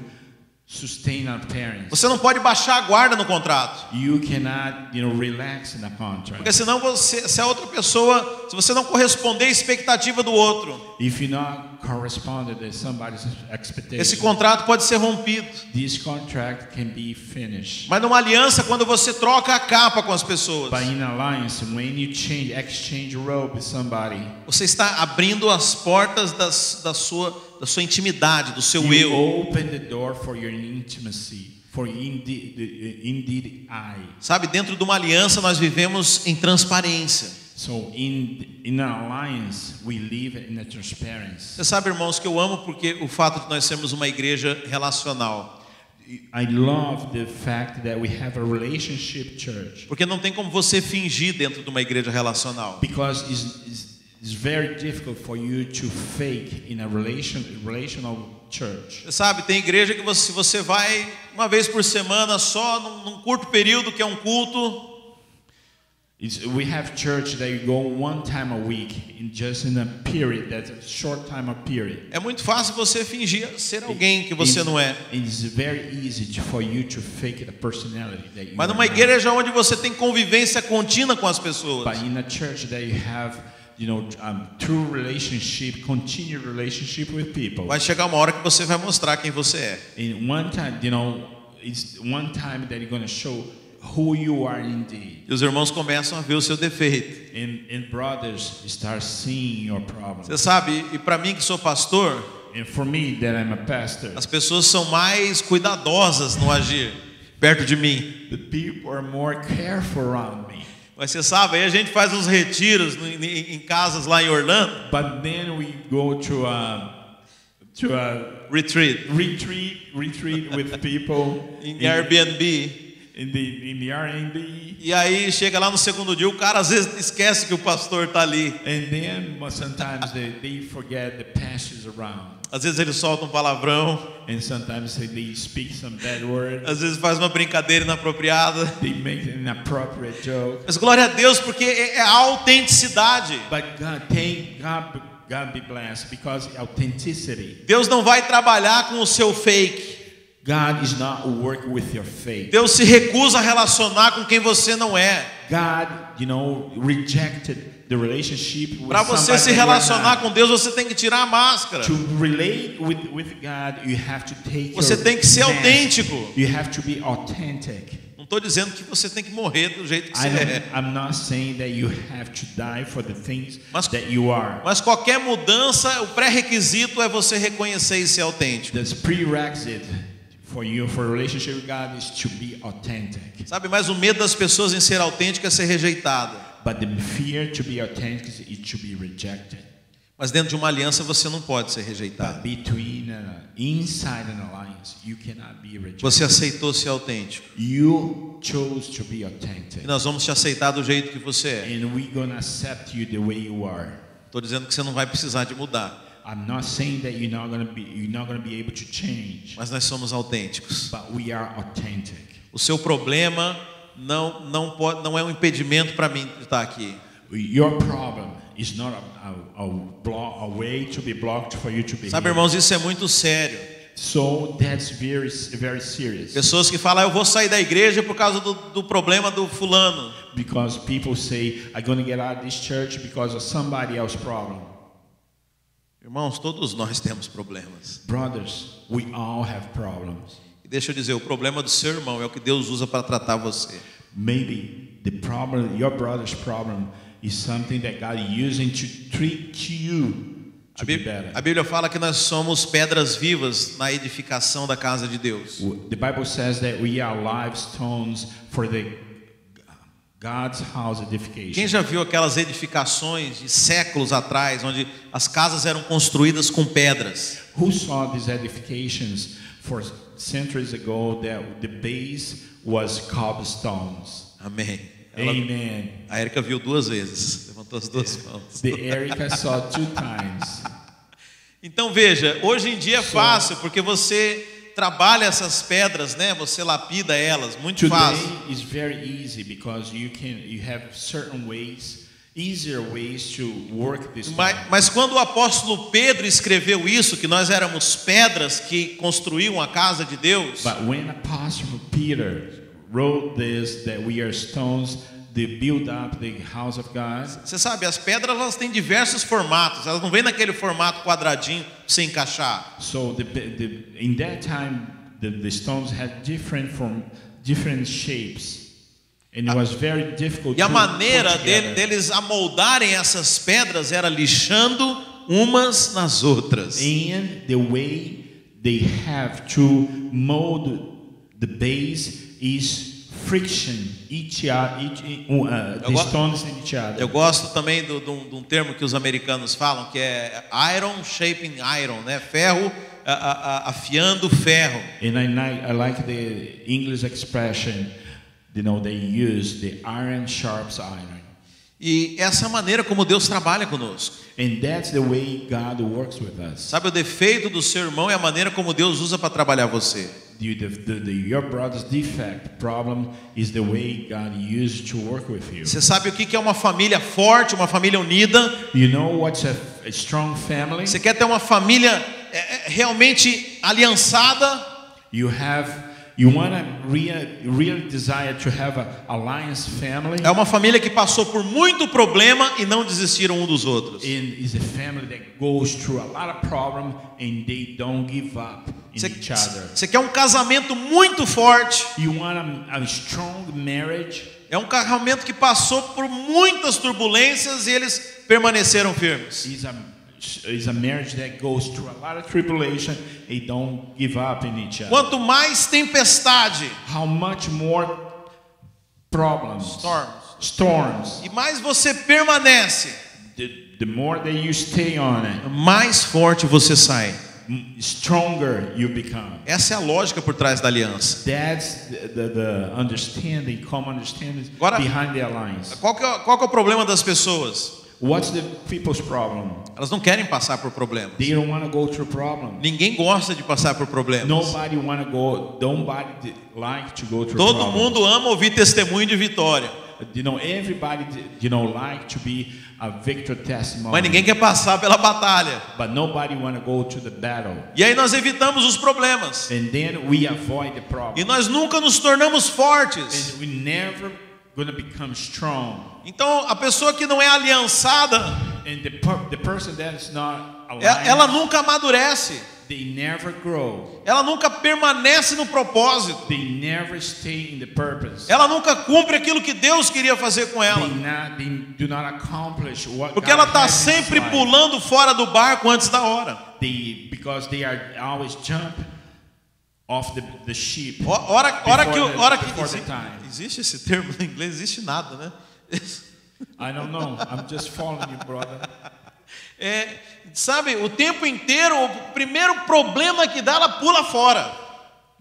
sustain our parents. Você não pode baixar a guarda no contrato. You cannot, you know, relax in a Porque contract. senão você, se a outra pessoa, se você não corresponder à expectativa do outro, If you're not corresponded to somebody's esse expectation, contrato pode ser rompido. this contract can be finished. Mas numa aliança, quando você troca a capa com as pessoas, By in alliance, when you change, exchange robe with somebody, você está abrindo as portas das, da, sua, da sua intimidade, do seu you eu. open the door for your intimacy, for indeed, the- uh, indeed I. Sabe, dentro de uma aliança nós vivemos em transparência. So in in an alliance, we live in a transparency. Você sabe, irmãos, que eu amo porque o fato de nós sermos uma igreja relacional. I love the fact that we have a relationship church Porque não tem como você fingir dentro de uma igreja relacional. because it's, it's, it's very difficult for you to fake in a relation relational church. Você sabe, tem igreja que você, você vai uma vez por semana só, num, num curto período que é um culto. It's, we have church that you go one time a week, in just in a period, that's a short time a period. É muito fácil você fingir ser alguém que você não é. It's very easy to- for you to fake the personality that you Mas are numa not. igreja onde você tem convivência contínua com as But pessoas, in a church that you have, you know, um, true relationship, continued relationship with people. vai chegar uma hora que você vai mostrar quem você é. In one time, you know, it's one time that you're gonna show who you are indeed. E os irmãos começam a ver o seu defeito. And, and brothers start seeing your Você problems. sabe, e para mim que sou pastor, And for me, that I'm a pastor, as pessoas são mais cuidadosas no agir perto de mim. the people are more careful around me. Mas você sabe, aí a gente faz uns retiros no- em em casas lá em Orlando, But then we go to a to a retreat. retreat retreat with people em Airbnb. in the in the R&B E aí chega lá no segundo dia, o cara às vezes esquece que o pastor tá ali. and then well, sometimes they, they forget the pastors around Às vezes ele solta um palavrão, and sometimes they, they speak some bad word às vezes faz uma brincadeira inapropriada. they make an appropriate joke Mas glória a Deus, porque é é a autenticidade. but God thank God God be blessed because authenticity Deus não vai trabalhar com o seu fake. God is not work with your faith Deus se recusa a relacionar com quem você não é. God you know rejected the relationship with Para você somebody se you are relacionar not. com Deus, você tem que tirar a máscara. To relate with, with God, you have to take Você your tem que ser mask. autêntico. You have to be authentic. Não estou dizendo que você tem que morrer do jeito que você I é. don't, I'm not saying that you have to die for the things Mas- that you are. Mas qualquer mudança, o pré-requisito é você reconhecer e ser autêntico. This prerequisite for you for a relationship with God is to be authentic. Sabe, mas o medo das pessoas em ser autêntica é ser rejeitada. But the fear to be authentic is to be rejected. Mas dentro de uma aliança você não pode ser rejeitado. But between uh, inside an alliance, you cannot be rejected. Você aceitou ser autêntico. You chose to be E authentic, nós vamos te aceitar do jeito que você é. and we're gonna accept you the way you are. Estou dizendo que você não vai precisar de mudar, I'm not saying that you're not gonna be you're not gonna be able to change, mas nós somos autênticos. but we are authentic. O seu problema não, não, pode, não é um impedimento para mim de estar aqui. Your problem is not a, a, a, blo- a way to be blocked for you to be. Sabe, here. irmãos, isso é muito sério. So that's very very serious Pessoas que falam, "Ah, eu vou sair da igreja por causa do, do problema do fulano. because people say I'm gonna get out of this church because of somebody else's problem. Irmãos, todos nós temos problemas. Brothers, we all have problems. E deixa eu dizer, o problema do seu irmão é o que Deus usa para tratar você. Maybe the problem, your brother's problem, is something that God is using to treat you A to be Bíblia, better. a Bíblia fala que nós somos pedras vivas na edificação da casa de Deus. The Bible says that we are live stones for the uh, God's house edification. Quem já viu aquelas edificações de séculos atrás, onde as casas eram construídas com pedras? Who saw these edifications for centuries ago that the base was cobblestones? Amém. Ela- Amen. a Erika viu duas vezes, levantou as duas mãos. The Erica saw two times. Então veja, hoje em dia é fácil, porque você trabalha essas pedras, né? Você lapida elas, muito fácil. Today is very easy because you can you have certain ways, easier ways to work this. Mas, stone. mas quando o apóstolo Pedro escreveu isso, que nós éramos pedras que construíam a casa de Deus, But when Apostle Peter wrote this, that we are stones, they build up the house of God. você sabe, as pedras elas têm diversos formatos, elas não vêm naquele formato quadradinho pra você encaixar. So the, the, in that time, the, the stones had different from different shapes, and it was very difficult. E a to put maneira dele- together. deles amoldarem essas pedras era lixando umas nas outras. and the way they have to mold the base is friction each uh, each uh, the Eu go- stones in each other. Eu gosto também do- do- de um termo que os americanos falam, que é iron shaping iron, né? Ferro a- a- a- afiando ferro. And I, like- I like the English expression, you know, they use the iron sharps iron. E essa é a maneira como Deus trabalha conosco. And that's the way God works with us. Sabe, o defeito do seu irmão é a maneira como Deus usa para trabalhar você. The, the, the, the, your brother's defect problem is the way God used to work with you. Você sabe o que que é uma família forte, uma família unida? You know what's a, a strong family? Você quer ter uma família é, é, realmente aliançada? You have, you want to real, real desire to have a alliance family. É uma família que passou por muito problema e não desistiram um dos outros. And is a family that goes through a lot of problem and they don't give up in Você, each other. você quer um casamento muito forte? You want a, a strong marriage. É um casamento que passou por muitas turbulências e eles permaneceram firmes. Is a is a marriage that goes through a lot of tribulation. They don't give up in each other. Quanto mais tempestade, How much more problems, Storms. storms. e mais você permanece, The, the more that you stay on it, mais forte você sai. m- stronger you become. Essa é a lógica por trás da aliança. That's the, the, the understanding, common understanding Agora- behind the alliance. Qual que, é, qual que é o problema das pessoas? What's the people's problem? Elas não querem passar por problemas. They don't want to go through problems. Ninguém gosta de passar por problemas. Nobody want to go. Nobody like to go through Todo problems. mundo ama ouvir testemunho de vitória, You know, everybody, you know, like to be a victor testimony. mas ninguém quer passar pela batalha. But nobody want to go to the battle. E aí nós evitamos os problemas. And then we avoid E the problem. nós nunca nos tornamos fortes. And we never going to become strong. Então, a pessoa que não é aliançada, And the, per- the person that is not e- ela, aligned, nunca amadurece. They never grow. Ela nunca permanece no propósito. They never stay in the purpose. Ela nunca cumpre aquilo que Deus queria fazer com They, ela. not, they do not accomplish what Porque God ela está has in his sempre life. pulando fora do barco antes da hora. They, because they are always jump off the, the ship. Ho- Hora, hora que. Before o- the- Hora que before the exi- time. existe esse termo no inglês? Existe nada, né? I don't know. I'm just following you, brother. É, sabe, o tempo inteiro, o primeiro problema que dá, ela pula fora.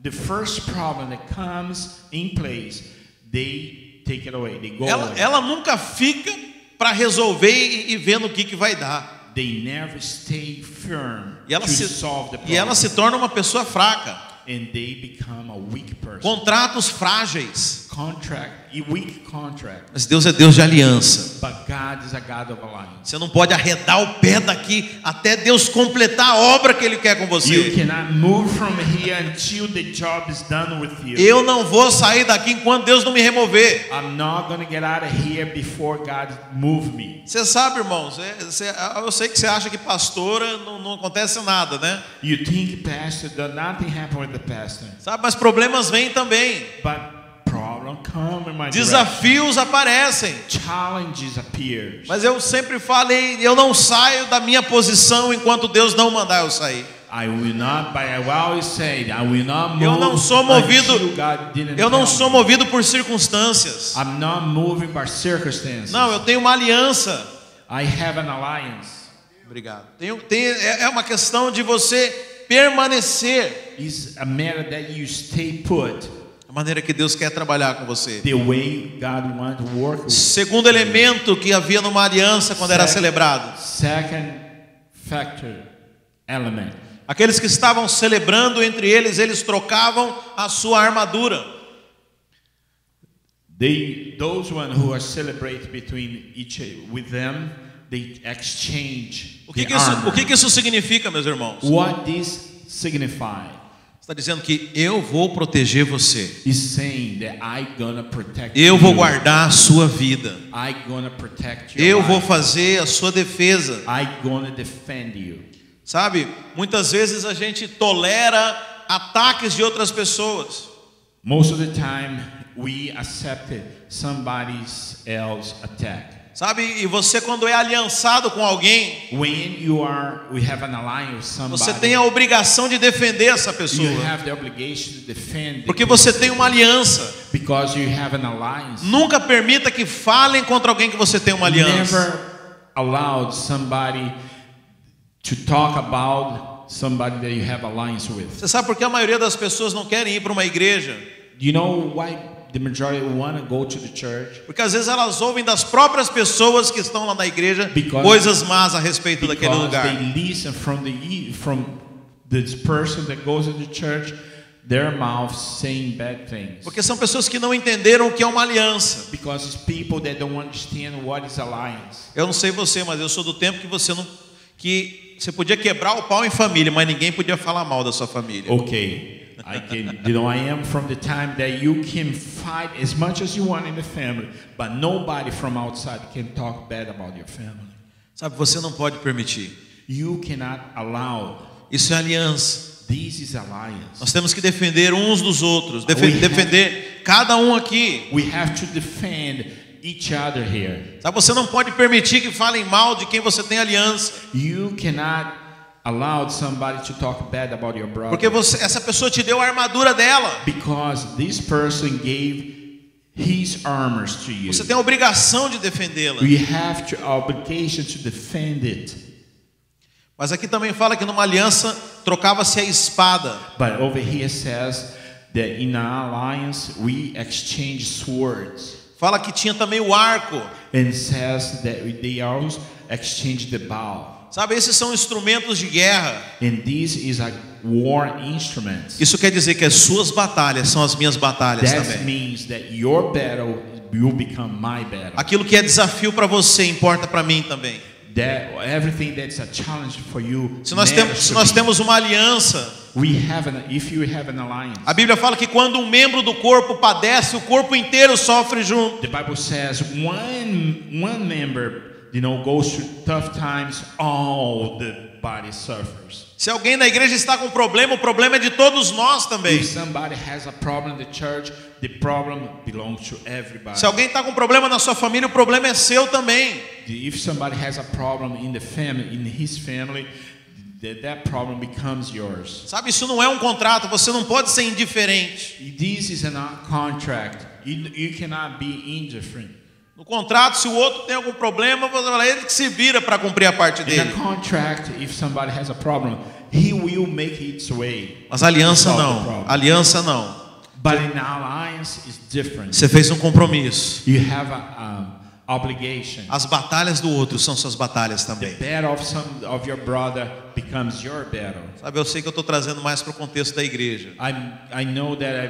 The first problem that comes in place, they take it away. They go Ela, away. ela nunca fica para resolver e, e ver no que, que vai dar. They never stay firm E ela, to se, solve the e problem. ela se torna uma pessoa fraca. and they become a weak person. Contratos frágeis. contract, a weak contract. Mas Deus é Deus de aliança. But God is a God of alliance. Você não pode arredar o pé daqui até Deus completar a obra que Ele quer com You você. cannot move from here until the job is done with you. Eu não vou sair daqui enquanto Deus não me remover. I'm not gonna get out of here before God move me. Você sabe, irmãos, é- você- eu sei que você acha que pastora não, não acontece nada, né? You think, Pastor, that nothing happened with the pastor, Sabe, mas problemas vêm também. but problem come in my direction. Desafios aparecem. Challenges appear. Mas eu sempre falei, eu não saio da minha posição enquanto Deus não mandar eu sair. I will not, but I will always say, I will not move. Eu não sou movido- until God didn't Eu não tell sou me. movido por circunstâncias. I'm not moving by circumstances. Não, eu tenho uma aliança. I have an alliance. Obrigado. Tem, tem- é, é uma questão de você permanecer It's a matter that you stay put a maneira que Deus quer trabalhar com você. the way God wants to work. With. Segundo elemento que havia numa aliança quando era Certo. celebrado. Second factor, element. Aqueles que estavam celebrando entre eles, eles trocavam a sua armadura. They, those one who are celebrate between each with them, they exchange. O que, the que isso, armor. o que que isso significa, meus irmãos? What this signify Está dizendo que eu vou proteger você. is saying that I gonna protect. Eu vou you. guardar a sua vida. I gonna protect you. Eu vou fazer a sua defesa. I gonna defend you. Sabe? Muitas vezes a gente tolera ataques de outras pessoas. Most of the time, we accepted somebody else attack. Sabe, e você quando é aliançado com alguém, When you are, we have an alliance with somebody. você tem a obrigação de defender essa you pessoa. have the obligation to defend. the Porque você person. tem uma aliança. Because you have an alliance. Nunca permita que falem contra alguém que você tem uma aliança. Never allowed somebody to talk about somebody that you have alliance with. Você sabe por que a maioria das pessoas não querem ir para uma igreja? You know why the majority want to go to the church? Porque às vezes elas ouvem das próprias pessoas que estão lá na igreja Because- coisas más a respeito daquele Because lugar. they listen from the e, from this person that goes to the church, their mouth saying bad things. Porque são pessoas que não entenderam o que é uma aliança. Because it's people that don't understand what is alliance. Eu não sei você, mas eu sou do tempo que você não que você podia quebrar o pau em família, mas ninguém podia falar mal da sua família. Okay, I can. You know, I am from the time that you can fight as much as you want in the family, but nobody from outside can talk bad about your family. Sabe, você não pode permitir. You cannot allow. Isso é aliança. This is alliance. Nós temos que defender uns dos outros, defe- We have- defender cada um aqui. We have to defend each other here. Sabe, você não pode permitir que falem mal de quem você tem aliança, You cannot allow somebody to talk bad about your brother. porque você, essa pessoa te deu a armadura dela. because this person gave his armors to you. Você tem a obrigação de defendê-la. We have to obligation to defend it. Mas aqui também fala que numa aliança trocava-se a espada. But over here says that in our alliance we exchange swords Fala que tinha também o arco. and says that they also exchange the bow. Sabe, esses são instrumentos de guerra. And this is a war instrument. Isso quer dizer que as suas batalhas são as minhas batalhas That também. means that your battle will become my battle. Aquilo que é desafio para você importa para mim também. That everything that's a challenge for you. Se nós, matters temos, to se nós me. temos uma aliança, we have an, if you have an alliance, a Bíblia fala que quando um membro do corpo padece, o corpo inteiro sofre junto. the Bible says one one member, you know, goes through tough times, all the body suffers. Se alguém na igreja está com problema, o problema é de todos nós também. If somebody has a problem in the church, the problem belongs to everybody. Se alguém está com problema na sua família, o problema é seu também. If somebody has a problem in the family, in his family, that, that problem becomes yours. Sabe, isso não é um contrato, você não pode ser indiferente. This is not contract. You, you cannot be indifferent. No contrato, se o outro tem algum problema, você fala, "É ele que se vira para cumprir a parte In a dele. contract, if somebody has a problem, he will make its way. Mas aliança Solve the não, problem. aliança não. But in alliance is different. Você fez um compromisso. You have an um, obligation. As batalhas do outro são suas batalhas The também. battle of some of your brother becomes your battle. Sabe, eu sei que eu estou trazendo mais para o contexto da igreja. I I know that I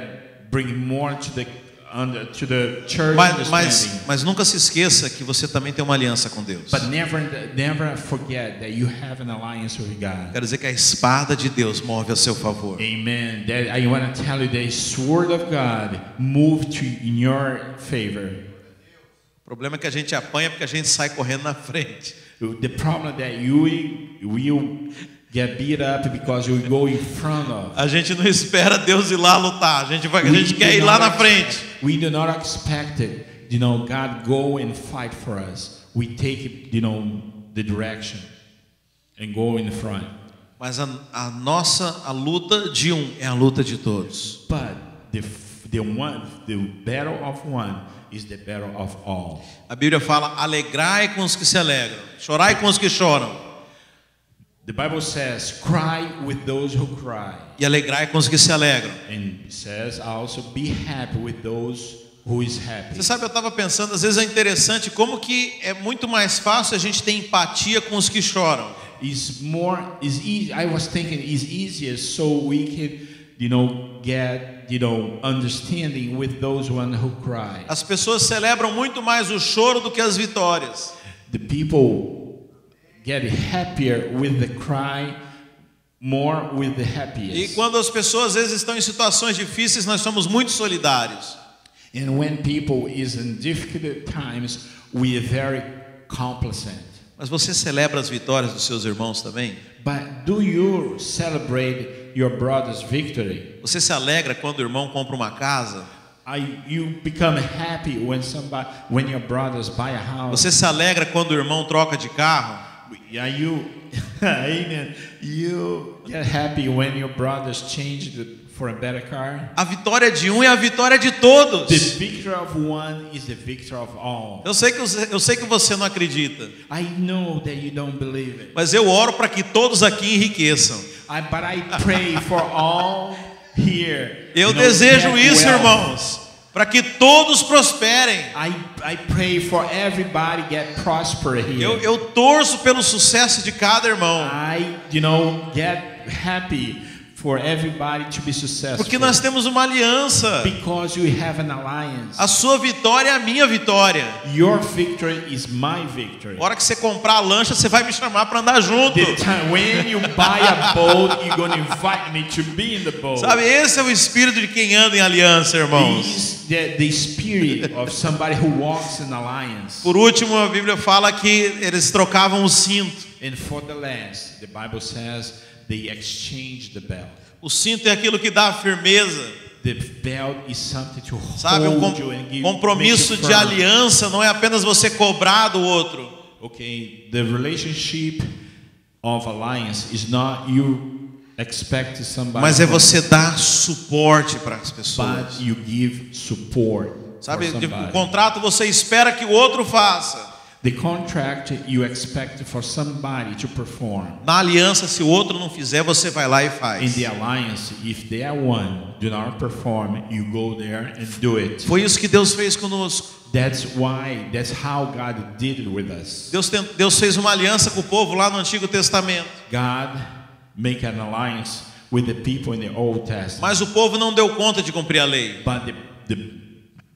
bring more to the under to the church Mas, understanding. mas, mas nunca se esqueça que você também tem uma aliança com Deus. But never never forget that you have an alliance with God. Quero dizer que a espada de Deus move a seu favor. Amen. That I want to tell you the sword of God move to in your favor. O problema é que a gente apanha porque a gente sai correndo na frente. The problem that you will get beat up because you go in front of. A gente não espera Deus ir lá lutar. A gente, vai, a gente We quer do ir lá not na frente. expect- We do not expect it. You know, God go and fight for us. We take, you know, the direction and go in front. Mas a, a nossa, a luta de um é a luta de todos. But the f- the one the battle of one is the battle of all. A Bíblia fala: alegrai com os que se alegram, chorai com os que choram, The Bible says, "Cry with those who cry," e alegrai com os que se alegram. and it says also, "Be happy with those who is happy." Você sabe, eu estava pensando, às vezes é interessante como que é muito mais fácil a gente ter empatia com os que choram. is more is easy i was thinking is easier so we can you know get you know understanding with those one who cry As pessoas celebram muito mais o choro do que as vitórias. the people get happier with the cry more with the E happiest quando as pessoas às vezes estão em situações difíceis, nós somos muito solidários. and when people is in difficult times we are very complacent Mas você celebra as vitórias dos seus irmãos também? but do you celebrate your brother's victory Você se alegra quando o irmão compra uma casa? I, you become happy when somebody when your brothers buy a house Você se alegra quando o irmão troca de carro? Yeah, you, amen. You get happy when your brothers change the, for a better car. A vitória de um é a vitória de The todos. victor of one is the victor of all. Eu sei que você- eu sei que você não acredita, I know that you don't believe it, mas eu oro para que todos aqui enriqueçam. I, but I pray for all here. Eu you know, desejo get isso, well. irmãos, para que todos prosperem. I, I pray for everybody get prosper here. Eu, eu torço pelo sucesso de cada irmão, I, you know, get happy for everybody to be successful. porque nós temos uma aliança. because you have an alliance. A sua vitória é a minha vitória. Your victory is my victory. A hora que você comprar a lancha, você vai me chamar para andar junto. The time when you buy a boat, you're gonna invite me to be in the boat. Sabe, esse é o espírito de quem anda em aliança, irmãos. This the, the spirit of somebody who walks in alliance. Por último, a Bíblia fala que eles trocavam o cinto. And for the last, the Bible says they exchange the belt. O cinto é aquilo que dá firmeza, The belt is something to hold sabe? Um com- you and give compromisso make you de firm. aliança não é apenas você cobrar do outro. Okay, the relationship of alliance is not you expect somebody, Mas é você dar suporte para as pessoas. but you give support. for Sabe, de- o somebody. contrato você espera que o outro faça. The contract you expect for somebody to perform Na aliança, se o outro não fizer, você vai lá e in faz. the alliance, if they are one do not perform, you go there and do it. Foi isso que Deus fez conosco. That's why, that's how God did it with us. Deus, tem- Deus fez uma aliança com o povo lá no Antigo Testamento. God make an alliance with the people in the Old Testament, Mas o povo não deu conta de cumprir a lei. but the, the,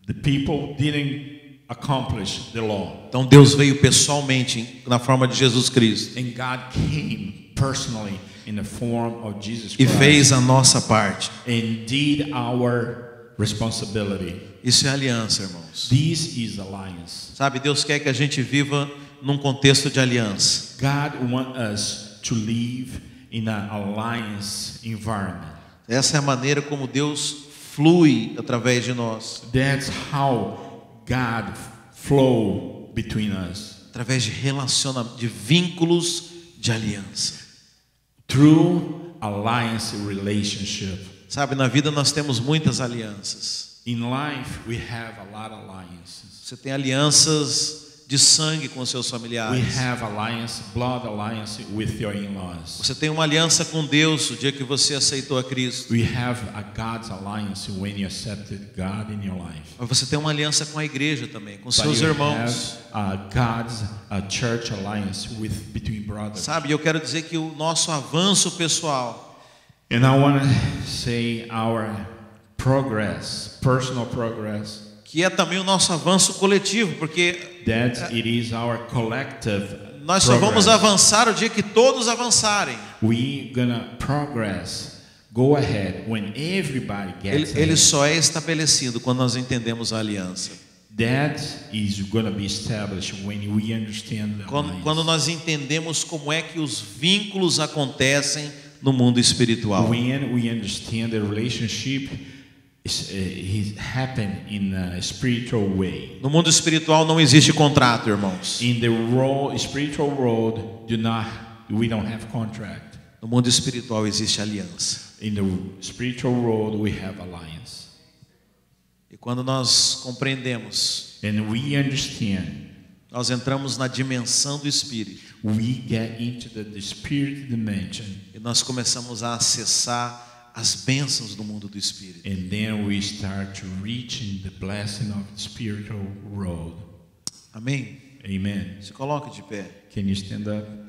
the people didn't accomplish the law. Então Deus veio pessoalmente na forma de Jesus Cristo And God came personally in the form of Jesus e Christ fez a nossa parte. and did our responsibility. Isso é aliança, irmãos. This is alliance. Sabe, Deus quer que a gente viva num contexto de aliança. God wants us to live in an alliance environment. Essa é a maneira como Deus flui através de nós, That's how God flow between us através de relacionamento, de vínculos de aliança. through alliance relationship. Sabe, na vida nós temos muitas alianças. In life, we have a lot of alliances. Você tem alianças de sangue com seus We familiares. have alliance, blood alliance with your in-laws. Você tem uma aliança com Deus o dia que você aceitou a Cristo. We have a God's alliance when you accepted God in your life. Mas você tem uma aliança com a igreja também, com But seus you irmãos. have a God's a church alliance with between brothers. Sabe, eu quero dizer que o nosso avanço pessoal, And I want to say our progress, personal progress, que é também o nosso avanço coletivo, porque that it is our collective. nós só vamos progress. avançar o dia que todos avançarem. We gonna progress, go ahead when everybody Ele, gets. ele ahead. só é estabelecido quando nós entendemos a aliança. That is gonna be established when we understand the Quando, alliance. quando nós entendemos como é que os vínculos acontecem no mundo espiritual. When we understand the relationship is uh, is happen in a spiritual way. No mundo espiritual não existe contrato, irmãos. In the raw spiritual world, do not we don't have contract. No mundo espiritual existe aliança. In the spiritual world, we have alliance, E quando nós compreendemos, and we understand. nós entramos na dimensão do espírito We get into the, the spirit dimension, e nós começamos a acessar as bênçãos do mundo do espírito. and then we start to reaching the blessing of the spiritual world. Amém? Amen. Se coloque de pé. Can you stand up?